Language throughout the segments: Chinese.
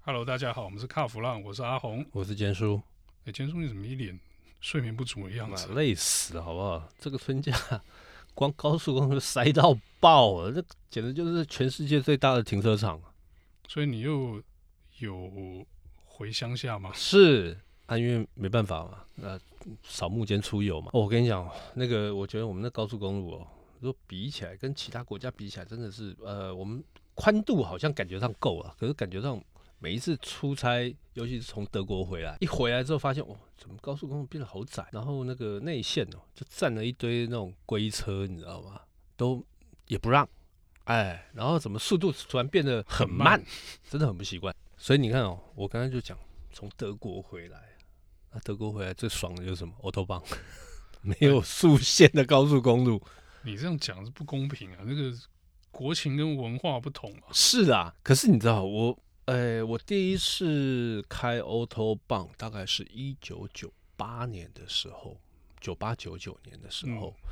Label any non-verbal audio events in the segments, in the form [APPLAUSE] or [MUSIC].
Hello，大家好，我们是卡弗浪，我是阿红。我是坚叔，哎，今天兄弟怎么一脸睡眠不足的样妈子？累死了，好不好？这个春假光高速公路塞到爆啊了，这简直就是全世界最大的停车场。啊所以你又有回乡下吗？是啊，因为没办法嘛，那扫墓兼出游嘛。哦，我跟你讲，那个我觉得我们的高速公路哦，如果比起来跟其他国家比起来，真的是呃，我们宽度好像感觉上够了，可是感觉上每一次出差，尤其是从德国回来，一回来之后发现，哦，怎么高速公路变得好窄？然后那个内线哦，就站了一堆那种龟车，你知道吗？都也不让，哎，然后怎么速度突然变得很慢，真的很不习惯。所以你看哦，我刚才就讲。从德国回来，那德国回来最爽的就是什么？欧 b 棒， [LAUGHS] 没有速限的高速公路。你这样讲是不公平啊！那个国情跟文化不同啊。是啊，可是你知道我，呃，我第一次开欧 b 棒大概是一九九八年的时候，九八九九年的时候。嗯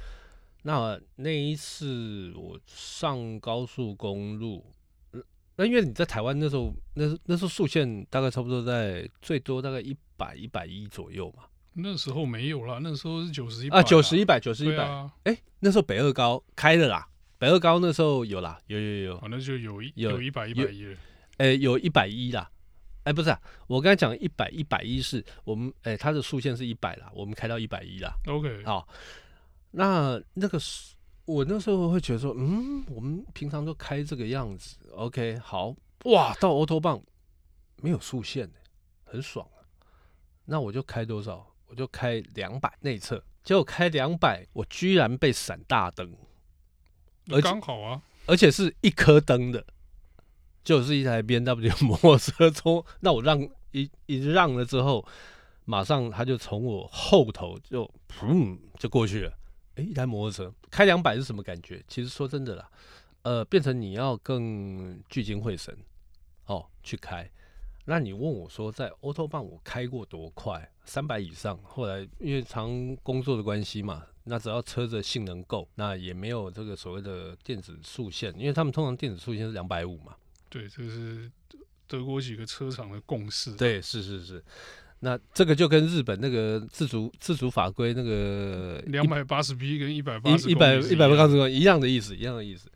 那那一次我上高速公路，呃那因为你在台湾那时候，那那时候速限大概差不多在最多大概一百一百一左右嘛，那时候没有啦，那时候是九十一啊，九十一百九十一对百，啊，哎，那时候北二高开了啦，北二高那时候有啦，有有有，好，那就有一有有一百一百一了。哎，有一百一啦，哎，不是、啊，我刚才讲一百一百一是我们，哎，它的速限是一百啦，我们开到一百一啦， OK，好，那那个是我那时候会觉得说，嗯，我们平常都开这个样子，OK，好，哇，到 a u t o b a 没有速限、很爽啊。那我就开多少？我就开两百内侧，结果开两百，我居然被闪大灯。那而且刚好啊，而且是一颗灯的，就是一台 B N W [LAUGHS] 摩托车从那我让一一让了之后，马上他就从我后头就砰就过去了。诶，一台摩托车开两百是什么感觉？其实说真的啦，呃，变成你要更聚精会神哦去开。那你问我说，在 Auto 棒我开过多快？三百以上。后来因为常工作的关系嘛，那只要车子性能够，那也没有这个所谓的电子速限，因为他们通常电子速限是两百五嘛。对，这是德国几个车厂的共识。对，是是是。那这个就跟日本那个自主自主法规那个一两百八十匹跟一百八十一一百一百八十公里一样的意思，一样的意思。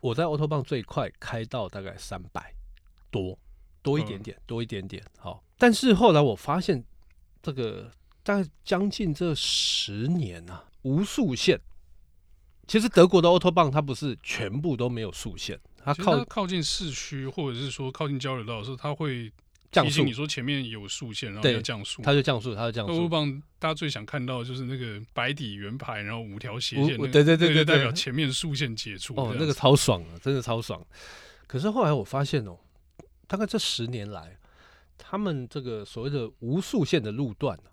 我在 Auto 棒最快开到大概三百多，多一点嗯点，多一点点。好，但是后来我发现，这个大概将近这十年啊，无速限。其实德国的 Auto 棒它不是全部都没有速限，它其实它靠靠近市区或者是说靠近交流道的时候，它会降提速醒你，说前面有速线，然后对要降速。它就降速，它就降欧速。棒大家最想看到的就是那个白底圆牌，然后五条斜线，五那个对对对那个对就代表对前面竖线解除。哦，这那样个子超爽的，真的超爽。可是后来我发现哦，大概这十年来，他们这个所谓的无速线的路段、啊、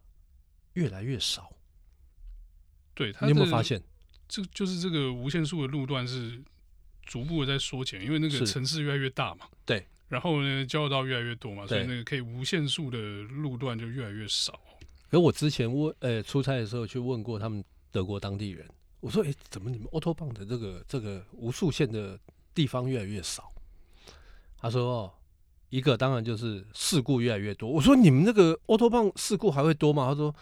越来越少。对，它你有没有的发？现？这就是这个无限速的路段是逐步的在缩减，因为那个是城市越来越大嘛。对。然后呢，交流道越来越多嘛，所以对那个可以无限速的路段就越来越少。可我之前问，呃，出差的时候去问过他们德国当地人，我说，哎，怎么你们 auto 棒的这个这个无速线的地方越来越少？他说，哦，一个当然就是事故越来越多。我说，你们那个 auto 棒事故还会多吗？他说，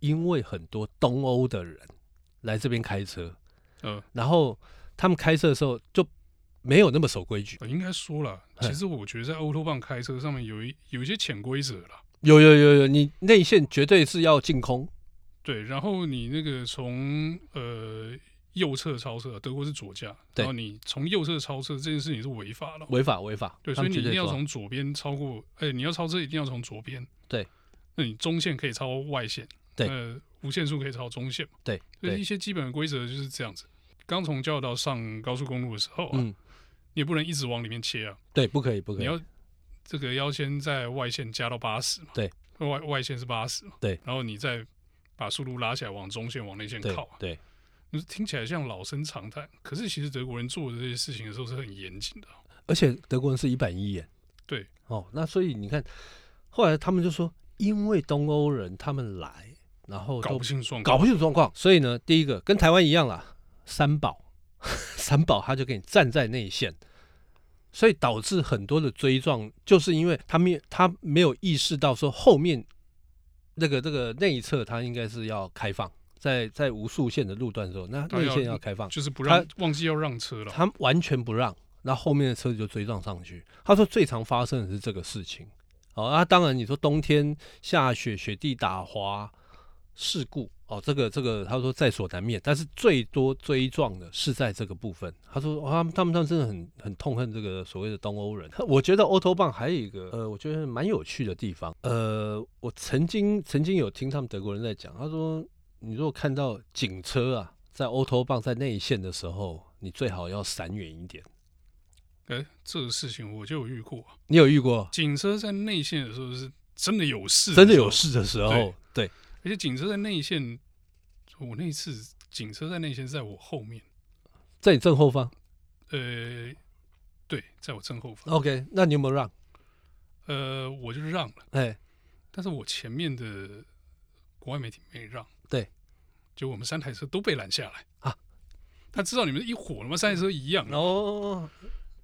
因为很多东欧的人来这边开车，呃，然后他们开车的时候就没有那么守规矩。呃应该说了，嘿其实我觉得在欧洲棒开车上面有一有一些潜规则啦。有有有有，你内线绝对是要进空，对，然后你那个从呃右侧超车，德国是左驾，对然后你从右侧超车这件事情是违法的哦，违法违法。对，他所以们你绝一定对要抓从左边超过，哎、你要超车一定要从左边，对，那你中线可以超外线，对呃，无限速可以超中线嘛，对所以一对，些基本的规则就是这样子。刚从交流道上高速公路的时候、啊，嗯，你也不能一直往里面切啊，对，不可以不可你以。要这个要先在外线加到八十嘛，对，外外线是八十嘛，对，然后你再把速度拉起来往中线往内线对靠啊，对，你说听起来像老生常谈，可是其实德国人做的这些事情的时候是很严谨的啊，而且德国人是一板一眼。对，哦，那所以你看，后来他们就说，因为东欧人他们来，然后搞都不清楚状况，搞不清楚状况，所以呢，第一个跟 [LAUGHS] 台湾一样啦，三宝，三宝他就给你站在内线，所以导致很多的追撞，就是因为他没他没有意识到说后面那个这个内侧它应该是要开放，在在无速线的路段的时候，那它内要线要开放，就是不让忘记要让车了。他完全不让，那后面的车子就追撞上去。他说最常发生的是这个事情。哦，那、当然你说冬天下雪，雪地打滑事故，哦，这个这个他说在所难免，但是最多追撞的是在这个部分。他说、哦、他们他们他们真的很很痛恨这个所谓的东欧人。 [LAUGHS] 我觉得欧洲棒还有一个呃，我觉得蛮有趣的地方。呃，我曾经曾经有听他们德国人在讲，他说你如果看到警车啊，在 o t o 棒在内线的时候，你最好要闪远一点。哎、这个事情我就有遇过，啊你有遇过警车在内线的时候是真的有事，真的有，事的时候对？对，而且警车在内线，我那一次警车在内线是在我后面，在你正后方。呃，对，在我正后方， OK，那你有没有让？呃，我就让了，哎，但是我前面的国外媒体没让，对，就我们三台车都被拦下来啊，他知道你们一伙了嘛，三台车一样，然后哦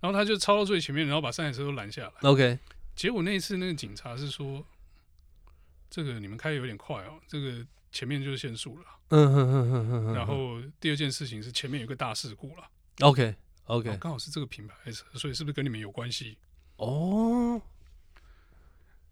然后他就超到最前面，然后把三台车都拦下来。 ，OK，结果那一次那个警察是说，这个你们开的有点快哦，这个前面就是限速了。嗯哼哼哼哼哼，然后第二件事情是前面有个大事故了， OK 然 OK，后刚好是这个品牌的车，所以是不是跟你们有关系？哦，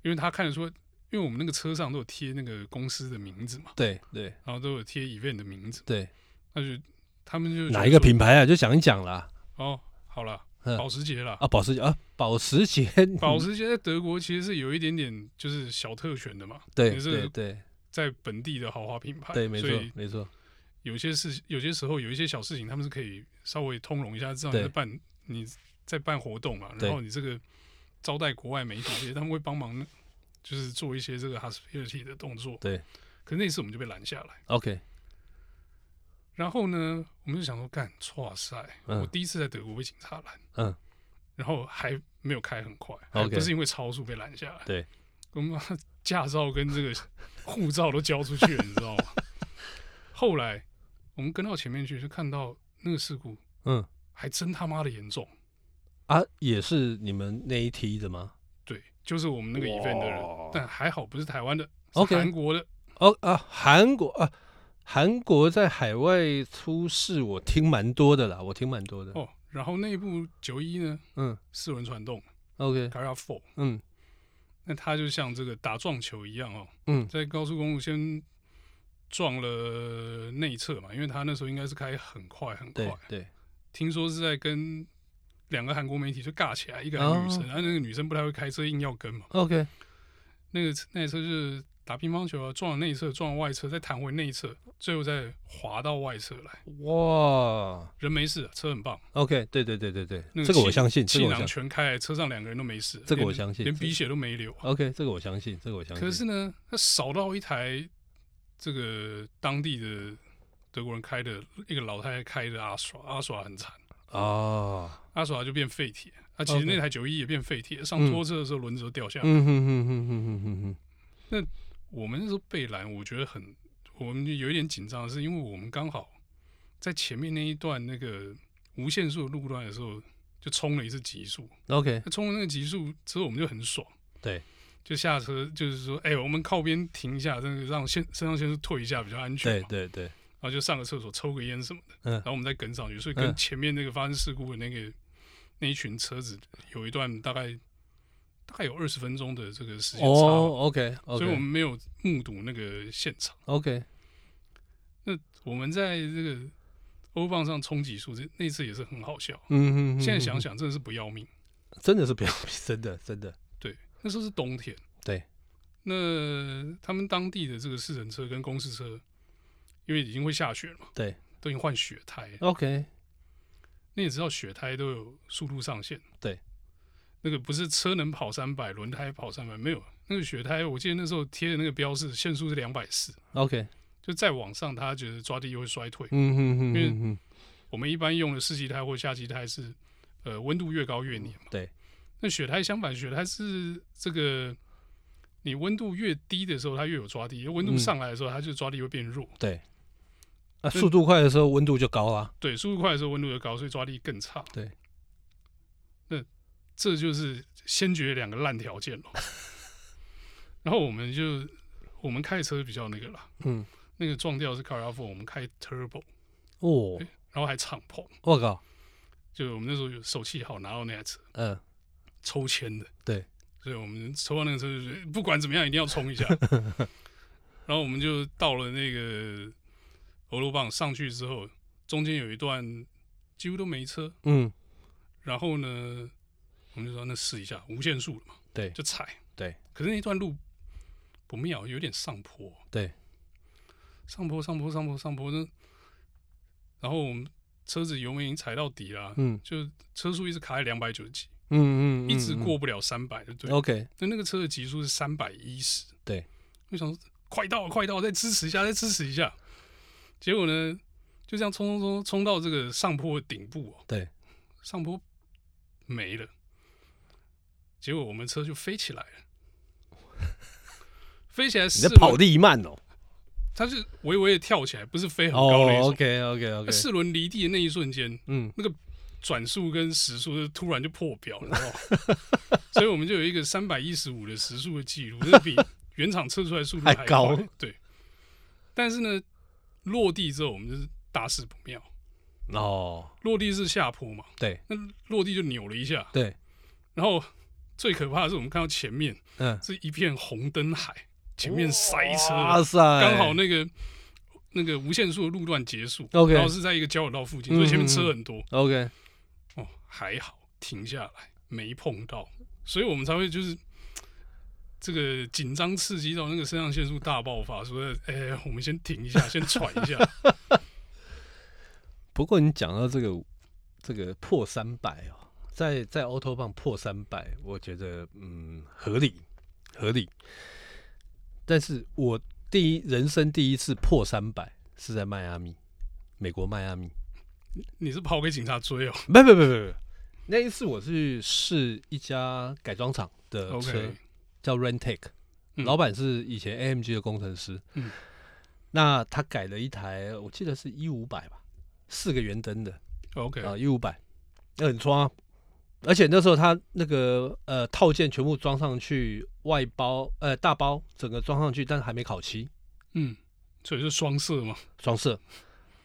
因为他看得出，因为我们那个车上都有贴那个公司的名字嘛，对对然后都有贴 event 的名字，对，那就他们就觉得哪一个说品牌啊？就讲一讲啦。哦，好了，嗯保时捷啦。啊，保时捷啊，保时捷， [LAUGHS] 保时捷在德国其实是有一点点就是小特权的嘛，对也是对对在本地的豪华品牌，对，没错所以没错，有些事，有些时候有一些小事情，他们是可以稍微通融一下，知道你对在办你在办活动嘛，对然后你这个招待国外媒体这些，他们会帮忙，就是做一些这个 hospitality 的动作。对。可是那次我们就被拦下来， OK，然后呢，我们就想说，干，哇塞，嗯我第一次在德国被警察拦，嗯，然后还没有开很快， OK 还不是因为超速被拦下来，对，我们把驾照跟这个护照都交出去了，你知 [LAUGHS] 道吗？后来我们跟到前面去，就看到那个事故嗯还真他妈的严重，啊，也是你们那一梯的吗？对，就是我们那个 event 的人哇，但还好不是台湾的，是 OK 韩国的，哦啊，韩国啊，韩国在海外出事，我听蛮多的啦，我听蛮多的。哦，然后那部九一呢，嗯四轮传动，OK， c a r a Four，嗯那它就像这个打撞球一样哦，嗯在高速公路先撞了内侧嘛，因为他那时候应该是开很快很对快，对，听说是在跟两个韩国媒体就尬起来，一个韩女生，哦然后、那个女生不太会开车，硬要跟嘛， ，OK，那个那台车就是打乒乓球啊，撞了内侧，撞了外侧，再弹回内侧，最后再滑到外侧来，哇人没事，啊车很棒， ，OK，对对对对对，那个这个我气相信，这气个我囊相信全开来，车上两个人都没事，这个我连相信连这鼻血都没流。啊，OK，这个我相信，这个我相信。可是呢，他扫到一台这个当地的德国人开的一个老太太开的阿耍，阿耍很惨，啊，阿耍就变废铁。啊，其实 OK 那台九一也变废铁，上嗯拖车的时候轮子都掉下来。嗯哼哼哼哼哼哼哼，我们那时候被拦，我觉得很，我们就有一点紧张，是因为我们刚好在前面那一段那个无限速的路段的时候，就冲了一次极速。 ，OK，那冲了那个极速之后，我们就很爽。对，就下车，就是说，哎、我们靠边停一下，这个让线肾上腺素退一下比较安全嘛。对对对，然后就上个厕所抽个烟什么的，嗯然后我们再跟上去，所以嗯跟前面那个发生事故的那个那一群车子有一段大概大概有二十分钟的这个时间差吧，哦所以我们，OK，OK，OK，没有目睹那个现场。我们在这个欧棒上冲几数，这那次也是很好笑。嗯哼嗯哼哼，现在想哼，想真的是不要命。真的是不要， [LAUGHS] 真的真的，对，那时候是冬天。嗯对，那他们当地的这个四人车跟公司车，因为已经会下雪了嘛，对，都已经换雪胎了。 ，OK，那你知道雪胎都有速度上限，对，那个不是车能跑三百，轮胎跑三百，没有那个雪胎，我记得那时候贴的那个标示限速是两百四， OK，就再往上，他觉得抓地又会衰退。嗯哼哼因为哼哼，我们一般用的四级胎或下级胎是，呃，温度越高越黏嘛。对，那雪胎相反，雪胎是这个，你温度越低的时候，它越有抓地；温度嗯上来的时候，它就抓地会变弱。对，啊，所以速度快的时候温度就高啦。对，速度快的时候温度就高，所以抓地更差。对，那这就是先决两个烂条件了。然后我们就我们开车比较那个啦，嗯，那个撞掉是 Car Alpha，我们开 Turbo，哦，然后还敞篷，我靠，就是我们那时候有手气好拿到那台车，嗯，抽签的，对，所以我们抽到那个车就是不管怎么样一定要冲一下。然后我们就到了那个欧罗棒上去之后，中间有一段几乎都没车，嗯，然后呢，我们就说那试一下无限速了嘛，对就踩，对。可是那段路不妙，有点上坡，对，上坡上坡上坡上坡，那然后我们车子油门已经踩到底啦，嗯就车速一直卡在两百九十几，嗯嗯，一直过不了三百，对。 ，OK，那那个车的极速是三百一十，对，我想说快到了，快到了，再支持一下，再支持一下。结果呢，就这样冲冲冲冲到这个上坡的顶部哦，对，上坡没了，结果我们车就飞起来了， [LAUGHS] 飞起来你四的轮跑，力慢哦，它是微微的跳起来，不是哎飞很高那一哦种。 ，OK OK OK，那四轮离地的那一瞬间，嗯，转速跟时速就突然就破表，你知道吗？ [LAUGHS] 所以我们就有一个三百一十五的时速的记录，那比原厂测出来的速度还还高快对，但是呢，落地之后我们就是大事不妙，哦，落地是下坡嘛，对，那落地就扭了一下，对，然后最可怕的是我们看到前面嗯，是一片红灯海，前面塞车，哇塞，刚好那个那个无限速的路段结束 OK 然后是在一个交流道附近，所以前面车很多， OK，哦，还好停下来没碰到，所以我们才会就是这个紧张刺激到那个肾上腺素大爆发，说哎、我们先停一 [LAUGHS] 下，先喘一下。不过你讲到这个这个破三百哦，在在 Auto 棒破三百，我觉得嗯合理合理。但是我第一人生第一次破三百是在迈阿密，美国迈 [LAUGHS] 阿密。你是跑给警察追哦？不不不不不，那一次我是试一家改装厂的车 OK 叫 Rentake，、嗯老板是以前 AMG 的工程师。嗯，那他改了一台，我记得是一五百吧，四个圆灯的。 ，OK，啊，一五百，那很装、啊。而且那时候他那个呃套件全部装上去，外包呃大包整个装上去，但是还没烤漆，嗯，所以是双色嘛，装色。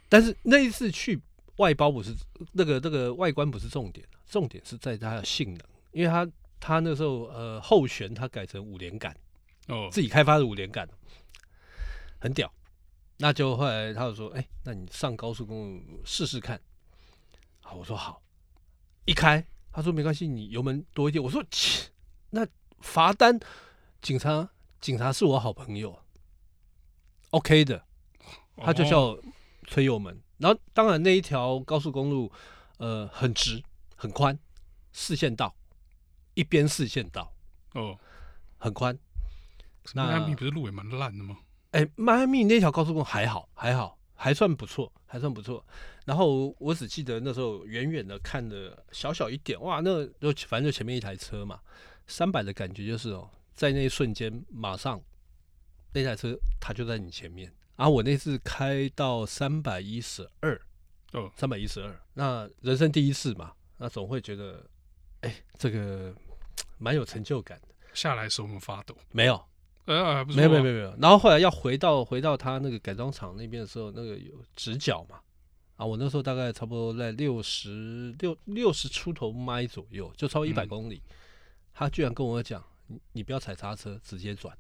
但是那一次去外包不是那个那个外观不是重点，重点是在它的性能，因为它它那时候呃后悬它改成五连杆，哦，自己开发的五连杆，很屌。那就后来他就说：“哎、那你上高速公路试试看。”好，我说好。一开，他说没关系，你油门多一点。我说切，那罚单，警察，警察是我好朋友，OK 的。他就哦叫我吹油门。然后当然那一条高速公路，呃，很直很宽，四线道，一边四线道哦，很宽，那那你不是路也蛮烂的吗？哎，迈阿密那条高速公路还好，还好，还算不错，还算不错。然后我只记得那时候远远的看了小小一点，哇，那就反正就前面一台车嘛，三百的感觉就是哦，在那一瞬间马上那台车它就在你前面。然后我那次开到三百一十二，哦三百一十二，那人生第一次嘛，那总会觉得，哎，这个蛮有成就感的。下来手很发抖，没有，呃，还不错没有没有啊没有没有。然后后来要回到回到他那个改装厂那边的时候，那个有直角嘛，啊，我那时候大概差不多在六十六六十出头迈左右，就超过一百嗯公里。他居然跟我讲，你你不要踩刹车，直接转。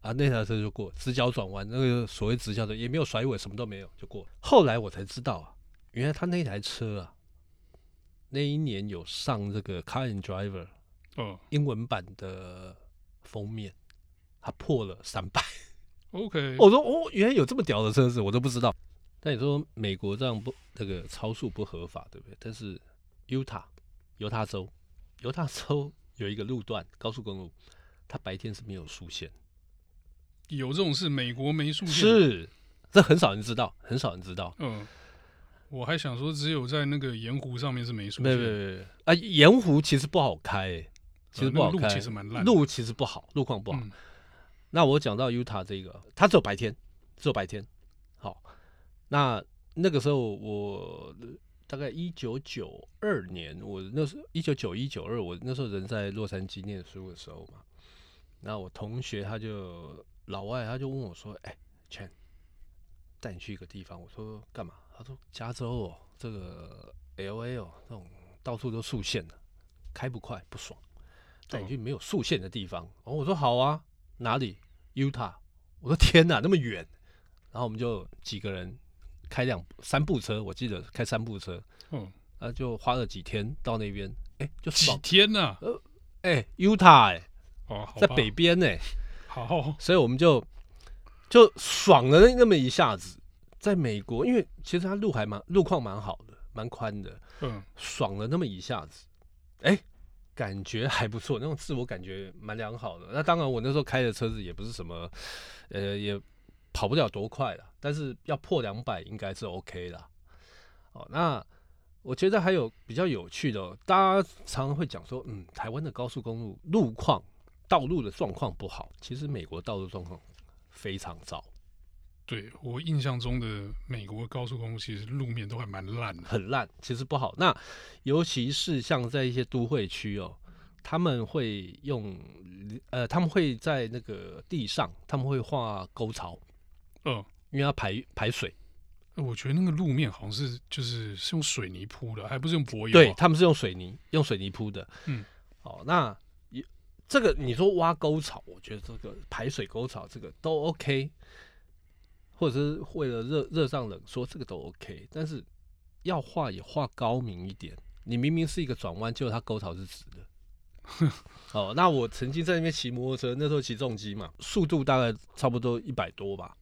啊，那台车就过，直角转弯，那个所谓直角的也没有甩尾，什么都没有就过。后来我才知道啊，原来他那台车啊，那一年有上这个 Car and Driver 哦英文版的封面，它破了三百。 ，OK，我说哦，原来有这么屌的车子，我都不知道。但你说美国这样不那个超速不合法，对不对？但是犹他犹他州犹他州有一个路段高速公路，它白天是没有速限，有这种事，美国没数线，是这很少人知道，很少人知道。嗯，我还想说只有在那个盐湖上面是没数没有线没有的，没有没有啊，盐湖其实不好开、欸，其实呃不好那个开，路其实蛮烂的，路其实不好，路况不好。嗯那我讲到 Utah 这个，它只有白天，只有白天。好，那那个时候我大概一九九二年，我那时一九九一九二，92, 我那时候人在洛杉矶念书的时候嘛，那我同学他就老外他就问我说：“哎、c h e n 带你去一个地方。”我说：“干嘛？”他说：“加州哦，这个 L A 哦，那种到处都速线的，开不快不爽，带你去没有速线的地方。”哦，我说：“好啊，哪里？Utah。”我说：“天哪，那么远！”然后我们就几个人开两三部车，我记得开三部车，嗯，啊，就花了几天到那边，哎、 [LAUGHS] 就几爽，天呐、哎、u t a h 哎，哦，好在吧北边哎、好，所以我们就就爽了那那么一下子。在美国，因为其实它路还蛮路况蛮好的，蛮宽的，嗯，爽了那么一下子，哎、感觉还不错，那种自我感觉蛮良好的。那当然，我那时候开的车子也不是什么，呃，也跑不了多快了，但是要破两百应该是 OK 啦。哦，那我觉得还有比较有趣的哦、大家常常会讲说，嗯，台湾的高速公路路况、道路的状况不好，其实美国道路状况非常糟，对我印象中的美国高速公路其实路面都还蛮烂的，很烂，其实不好。那尤其是像在一些都会区哦，他们会用呃，他们会在那个地上，他们会画沟槽，嗯。因为要排排水。我觉得那个路面好像是就是是用水泥铺的，还不是用柏油、对，啊。他们是用水泥用水泥铺的。嗯，哦，那也这个你说挖沟槽，我觉得这个排水沟槽这个都 OK，或者是为了热热胀冷缩，这个都 OK，但是要画也画高明一点。你明明是一个转弯，结果它沟槽是直的。 [LAUGHS] 哦，那我曾经在那边骑摩托车，那时候骑重机嘛，速度大概差不多一百多吧，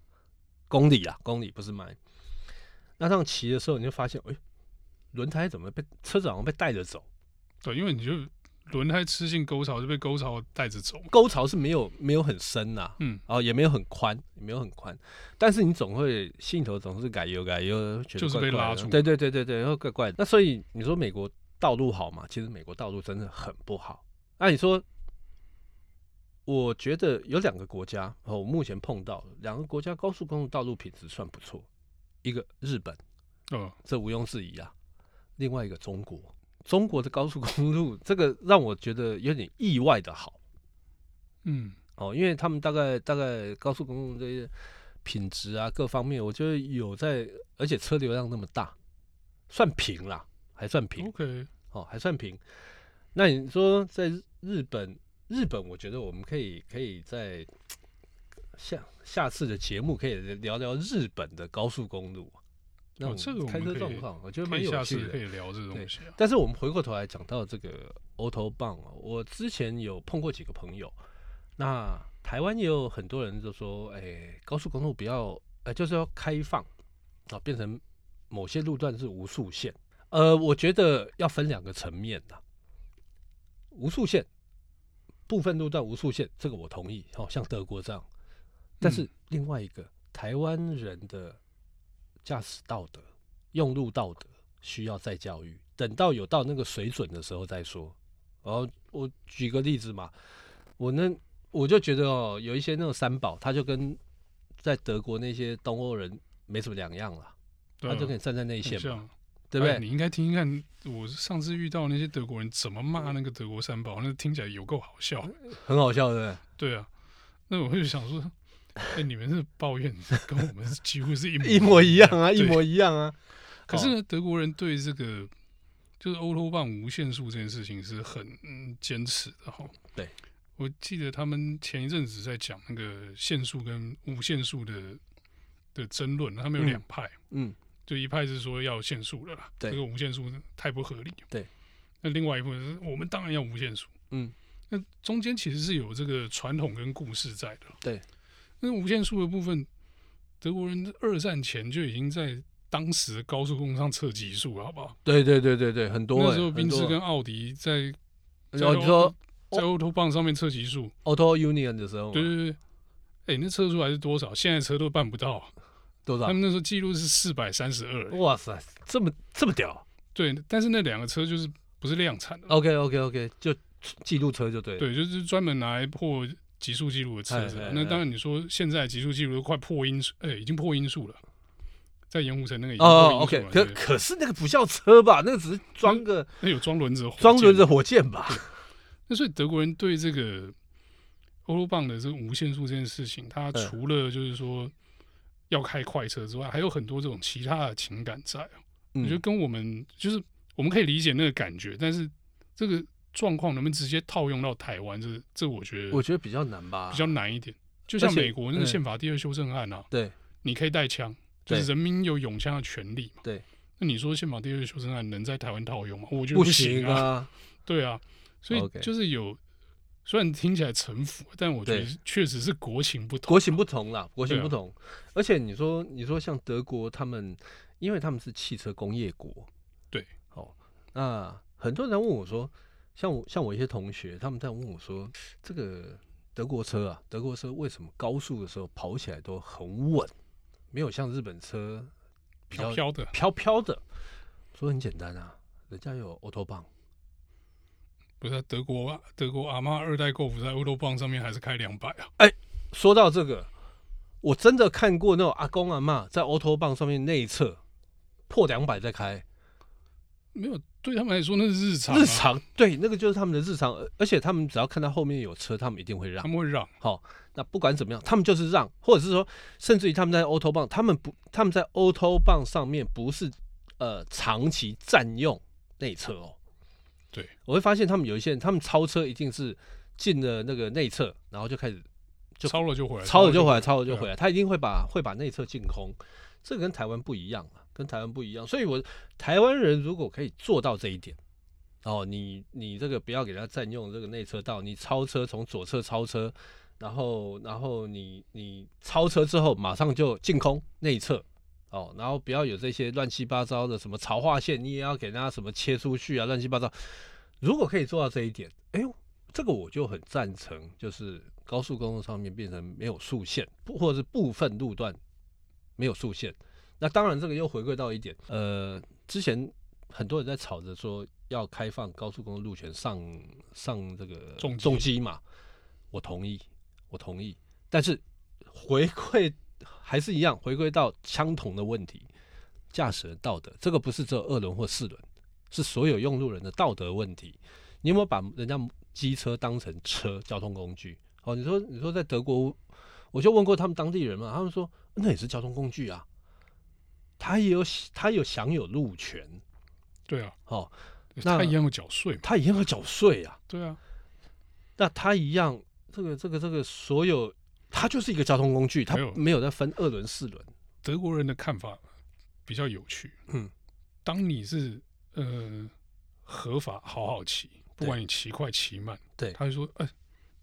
公里啦，公里不是迈。那这样骑的时候，你就发现，哎、轮胎怎么被车子好像被带着走？对因为你就轮胎吃进沟槽就被沟槽带着走嘛。沟槽是没有没有很深呐、嗯，哦，也没有很宽，也没有很宽，但是你总会心里头总是改油改油，觉得就是怪被怪拉的住对对对对对，然后怪怪的。那所以你说美国道路好吗？其实美国道路真的很不好。那你说，我觉得有两个国家，哦，我目前碰到的两个国家高速公路道路品质算不错，一个日本，嗯，这毋庸置疑啊。另外一个中国，中国的高速公路这个让我觉得有点意外的好。嗯，哦，因为他们大概大概高速公路这些品质啊各方面，我觉得有在，而且车流量那么大，算平啦，还算平 OK，哦，还算平。那你说在日日本，日本我觉得我们可以可以在下下次的节目可以聊聊日本的高速公路，啊那哦这个种我开们车可以状况，我觉得可蛮以有下趣次的可。以聊这东西啊。但是我们回过头来讲到这个 Auto 棒哦，我之前有碰过几个朋友，那台湾也有很多人就说，哎、高速公路不要，呃，就是要开放啊，变成某些路段是无速线。呃，我觉得要分两个层面呐、无速线部分路段无速线，这个我同意，哦，像德国这样。但是另外一个，台湾人的驾驶道德、用路道德需要再教育，等到有到那个水准的时候再说。然后我举个例子嘛，我那我就觉得哦，有一些那种三宝，他就跟在德国那些东欧人没什么两样了，对他啊，就可以站在内很线嘛，像对不哎对？你应该听听看，我上次遇到那些德国人怎么骂那个德国三宝，那听起来有够好笑。很好笑，对不对？对啊，那我会想说，哎，你们是抱怨跟我们几乎是一模 [LAUGHS] 一模一样啊，对一模一样啊。 [LAUGHS] 可是呢，德国人对这个就是欧洲棒无限速这件事情是很嗯坚持的哈。对，我记得他们前一阵子在讲那个限速跟无限速的的争论，他们有嗯两派，嗯，就一派是说要限速的啦，对这个无限速太不合理。对，那另外一部分是我们当然要无限速。嗯，那中间其实是有这个传统跟故事在的。对，那无限速的部分，德国人二战前就已经在当时的高速公路上测极速了，好不好？对对对对对，很多、欸。那时候宾很士多跟奥迪在在哦，你哦说在 Auto 棒上面测极速， Auto Union 的时候嘛，对对对。哎、那测出来是多少？现在车都办不到啊。多少他？们那时候记录是四百三十二，哇塞，这么这么屌啊对。但是那两个车就是不是量产的， ！OK OK OK，就记录车就对了。对，就是专门拿来破极速记录的车子啊哎哎。哎那当然，你说现在极速记录都快破音速，哎、已经破音速了。在盐湖城那个已经哦够，OK，英雄了可啊对可是那个不叫车吧？那个只是装个那有装轮子的火箭，装轮子火箭吧？那所以德国人对这个欧陆棒的这个无限速这件事情，嗯他除了就是说要开快车之外，还有很多这种其他的情感在哦。我觉得嗯，跟我们就是我们可以理解那个感觉，但是这个状况能不能直接套用到台湾，这这我觉得我觉得比较难吧，比较难一点。就像啊而且美国那个嗯宪法第二修正案啊，对，你可以带枪，就是对人民有拥枪的权利嘛。对，那你说宪法第二修正案能在台湾套用吗？我觉得不行行啊，对啊，所以 OK 就是有，虽然听起来城府，但我觉得对确实是国情不同。国情不同啦，国情对啊不同。而且你说，你说像德国他们，因为他们是汽车工业国，对，哦，那很多人问我说，像我像我一些同学，他们在问我说，这个德国车啊，德国车为什么高速的时候跑起来都很稳，没有像日本车比较飘飘的，飘飘的？说很简单啊，人家有 auto 棒，不是啊德国啊，德国阿妈二代 Golf 在欧洲棒上面还是开两百啊，说到这个，我真的看过那种阿公阿嬷在 auto 棒上面内侧破两百在开。没有对他们来说那是日常、啊，日，常对，那个就是他们的日常，而而且他们只要看到后面有车，他们一定会让他。们会让那不管怎么样，他们就是让，或者是说，甚至于他们在 auto 棒，他们不，他们在 auto 棒上面不是呃长期占用内侧哦。对，我会发现他们有一些人，他们超车一定是进了那个内侧，然后就开始就超了就回来，超了就回回来，超了就对啊回来，他一定会把会把内侧净空，这个跟台湾不一样啊，跟台湾不一样。所以我台湾人如果可以做到这一点，哦，你你这个不要给他占用这个内车道，你超车从左侧超车，然后然后你你超车之后马上就净空内侧。哦，然后不要有这些乱七八糟的什么潮化线，你也要给大家什么切出去啊，乱七八糟。如果可以做到这一点，哎呦，这个我就很赞成，就是高速公路上面变成没有速限，不或者是部分路段没有速限。那当然，这个又回归到一点，呃，之前很多人在吵着说要开放高速公路路权上上这个重机重机嘛，我同意，我同意，但是回馈还是一样，回归到相同的问题，驾驶人道德，这个不是只有二轮或四轮，是所有用路人的道德问题。你有没有把人家机车当成车交通工具？哦，你说你说在德国，我就问过他们当地人嘛，他们说那也是交通工具啊，他也有他有享有路权对啊，哦，那他一样要缴税嘛，他一样要缴税啊，对啊，那他一样这个这个这个所有，他就是一个交通工具，他没有哦没有在分二轮四轮，德国人的看法比较有趣，嗯，当你是呃合法好好骑，不对管你骑快骑慢，对他就说，哎、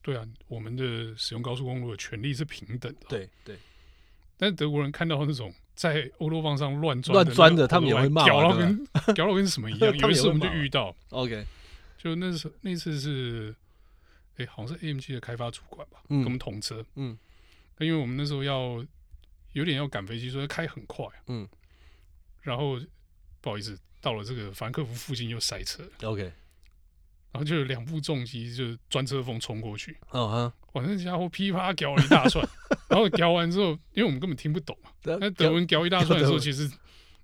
对啊，我们的使用高速公路的权利是平等的，对对，但是德国人看到那种在欧洲棒上乱钻乱钻的的他们也会骂屌到对跟 [LAUGHS] 屌到跟什么一样。有他一们也次会我们就骂遇到， OK，就那时候那次是，哎、好像是 AMG 的开发主管吧，嗯跟我们同车。 [LAUGHS] 嗯，那因为我们那时候要有点要赶飞机，所以开很快。啊嗯，然后不好意思，到了这个凡客福附近又塞车， OK，然后就有两部重机就是专车风冲过去，哦哈，哇，那家伙噼啪屌了一 [LAUGHS] 大串，然后屌完之后，因为我们根本听不懂。啊那德文屌一大串的时候，呃德文其实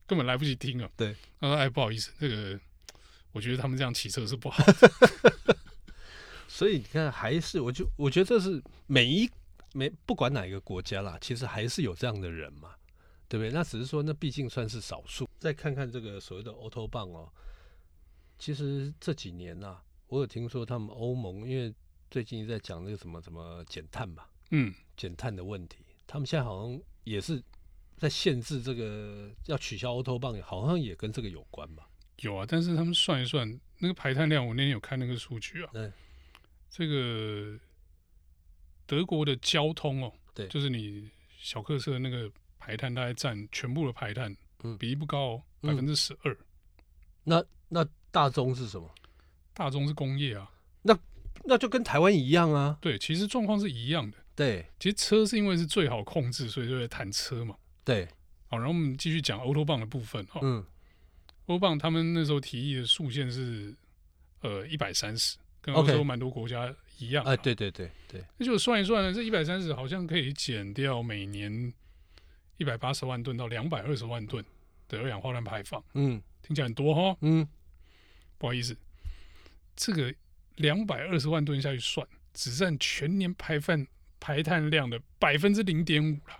根本来不及听啊。对，他说：“哎，不好意思，这个我觉得他们这样骑车是不 [LAUGHS] 好的。所以你看，还是我就我觉得这是每一每不管哪一个国家啦，其实还是有这样的人嘛，对不对？那只是说，那毕竟算是少数。再看看这个所谓的 auto 棒哦，其实这几年呐、我有听说他们欧盟，因为最近一直在讲那个什么什么减碳嘛，”嗯，减碳的问题，他们现在好像也是在限制这个要取消 auto 棒，好像也跟这个有关吧？有啊，但是他们算一算那个排碳量，我那天有看那个数据啊。对，这个德国的交通哦，对就是你小客车那个排碳大概占全部的排碳，嗯比例不高、哦，百嗯分之十二。那那大宗是什么？大众是工业啊，那就跟台湾一样啊，对，其实状况是一样的。对其实车是因为是最好控制，所以就在谈车嘛。对，好，然后我们继续讲欧洲棒的部分哈、哦。嗯。欧棒他们那时候提议的速限是呃一百三十，跟欧 OK 洲蛮多国家一样。哎、对对对对，那就算一算呢，这一百三十好像可以减掉每年一百八十万吨到两百二十万吨的二氧化碳排放，嗯听起来很多哈。嗯，不好意思，这个两百二十万吨下去算，只占全年排放排碳量的百分之零点五了。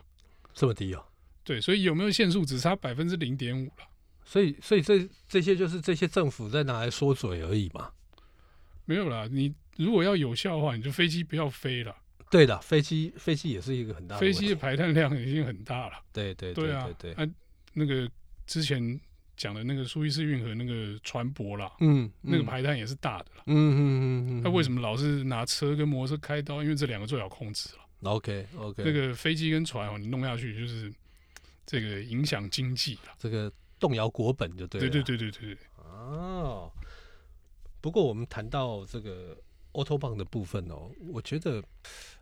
这么低哦。对，所以有没有限速只差百分之零点五了？所以，所以这这些就是这些政府在拿来说嘴而已嘛。没有啦，你如果要有效的话，你就飞机不要飞了，对的，飞机飞机也是一个很大的飞问机题的排碳量已经很大了。对对对啊对，对，啊，那个之前讲的那个苏伊士运河那个船舶啦，嗯，那个嗯排碳也是大的啦。嗯嗯嗯嗯，那、为什么么老是拿车跟摩托车开刀？因为这两个最好控制了。啊？OK OK，那个飞机跟船哦，你弄下去就是这个影响经济了。这个动摇国本就对啊了。对对对对对对，哦，不过我们谈到这个 auto 棒的部分哦，我觉得，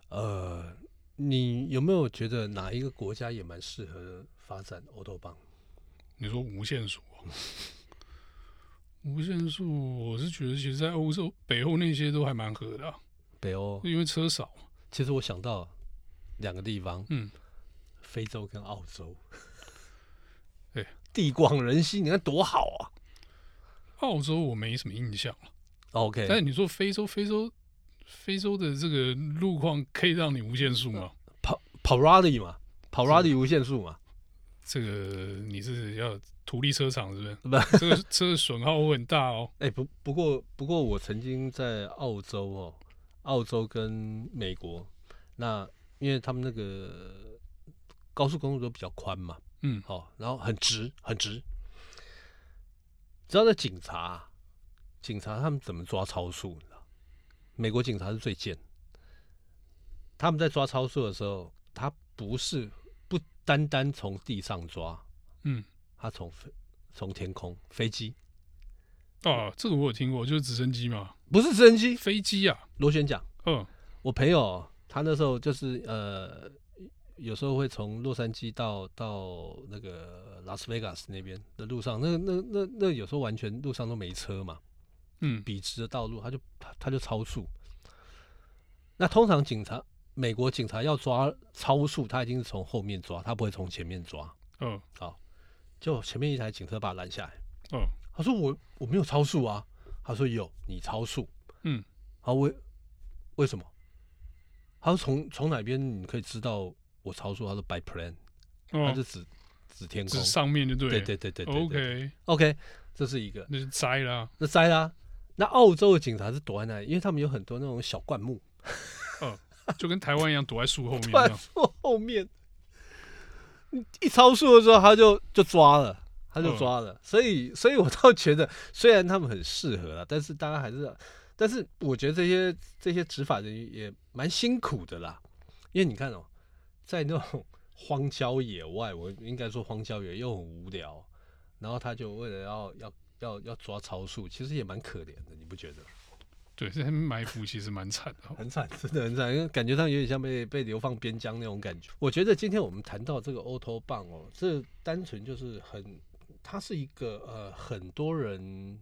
呃，你有没有觉得哪一个国家也蛮适合发展 auto 棒？你说无限速、哦， [LAUGHS] 无限速，我是觉得其实在欧洲北欧那些都还蛮合的啊、北欧，因为车少。其实我想到两个地方，嗯，非洲跟澳洲，对，地广人稀，你看多好啊。澳洲我没什么印象了， OK，但是你说非洲，非洲，非洲的这个路况可以让你无限速吗？跑跑 rally 嘛，跑是 rally 无限速嘛，这个你是要图利车厂是不 [LAUGHS] 不是？这个这个损耗会很大哦。哎、不不过不过我曾经在澳洲哦，澳洲跟美国，那因为他们那个高速公路都比较宽嘛，嗯，好、然后很直很直。知道那警察啊，警察他们怎么抓超速？你知道美国警察是最贱，他们在抓超速的时候，他不是不单单从地上抓，嗯，他从飞从天空飞机，哦，这个我有听过，就是直升机嘛，不是直升机，飞机啊，螺旋桨。嗯我朋友他那时候就是呃，有时候会从洛杉矶到到那个拉斯维加斯那边的路上，那那那那有时候完全路上都没车嘛，嗯，笔直的道路，他就他他就超速。那通常警察，美国警察要抓超速，他已经是从后面抓，他不会从前面抓。哦就前面一台警车把他拦下来，哦，他说我我没有超速啊，他说有，你超速。嗯，好，为为什么？他说从从哪边你可以知道我超速？他说 by plan，、他哦就，指指天空指。上面就对了。对对对对对 o k OK，这是一个。那就摘啦。那塞啦，那澳洲的警察是躲在那里，因为他们有很多那种小灌木，就跟台湾一样躲在树后面这 [LAUGHS] 灌样。树后面。你一超速的时候，他就就抓了，他就嗯抓了。所以，所以我倒觉得，虽然他们很适合了，但是大家还是，但是我觉得这些这些执法人员也蛮辛苦的啦。因为你看哦，在那种荒郊野外，我应该说荒郊野又很无聊，然后他就为了要要要要抓超速，其实也蛮可怜的，你不觉得？对，这边埋伏其实蛮惨的哦。很惨，真的很惨，因为感觉上有点像被被流放边疆那种感觉。我觉得今天我们谈到这个 auto 棒哦，这单纯就是很，它是一个呃很多人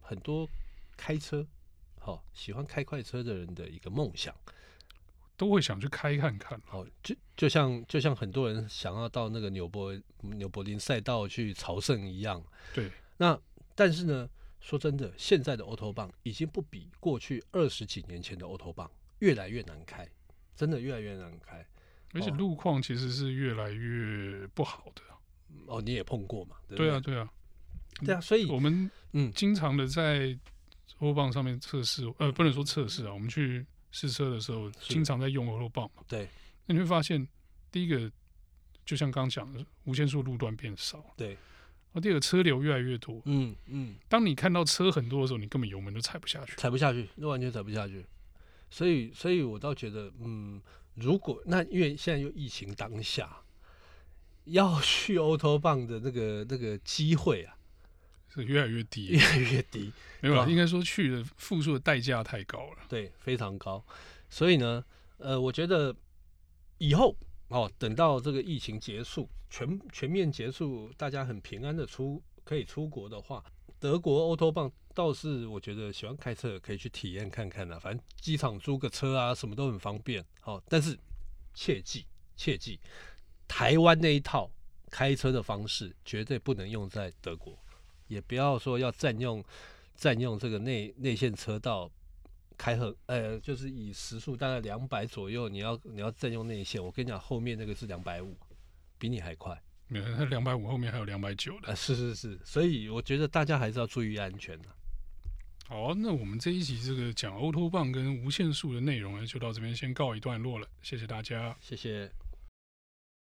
很多开车，好、喜欢开快车的人的一个梦想。都会想去开看看。好、就就像就像很多人想要到那个纽伯纽柏林赛道去朝圣一样。对，那但是呢，说真的，现在的 auto 棒已经不比过去二十几年前的 auto 棒越来越难开，真的越来越难开。而且哦路况其实是越来越不好的。哦，你也碰过嘛？对不对对啊，，对啊，对啊，所以我们嗯经常的在欧棒上面测试，呃，不能说测试啊，我们去试车的时候，是经常在用欧棒嘛。对那你会发现，第一个就像刚讲的，无限速路段变少了，对，而第二个车流越来越多。嗯嗯，当你看到车很多的时候，你根本油门都踩不下去。踩不下去，那完全踩不下去。所以，所以我倒觉得，嗯，如果那因为现在又疫情当下，要去欧头棒的那个那个机会啊，是越来越低越，来 [LAUGHS] 越低。没有啦， [LAUGHS] 对啊应该说去的付出的代价太高了。对，非常高。所以呢，呃，我觉得以后哦，等到这个疫情结束，全全面结束，大家很平安的出可以出国的话，德国欧洲棒倒是我觉得喜欢开车的可以去体验看看啦、反正机哦场租个车啊，什么都很方便。好、但是切记切记，台湾那一套开车的方式绝对不能用在德国，也不要说要占用占用这个内内线车道开很呃，就是以时速大概两百左右，你要你要占用内线，我跟你讲，后面那个是两百五，比你还快。没有，它两百五后面还有两百九的。啊，是是是，所以我觉得大家还是要注意安全啊。好啊、那我们这一集这个讲欧托棒跟无限数的内容呢，就到这边先告一段落了，谢谢大家。谢谢。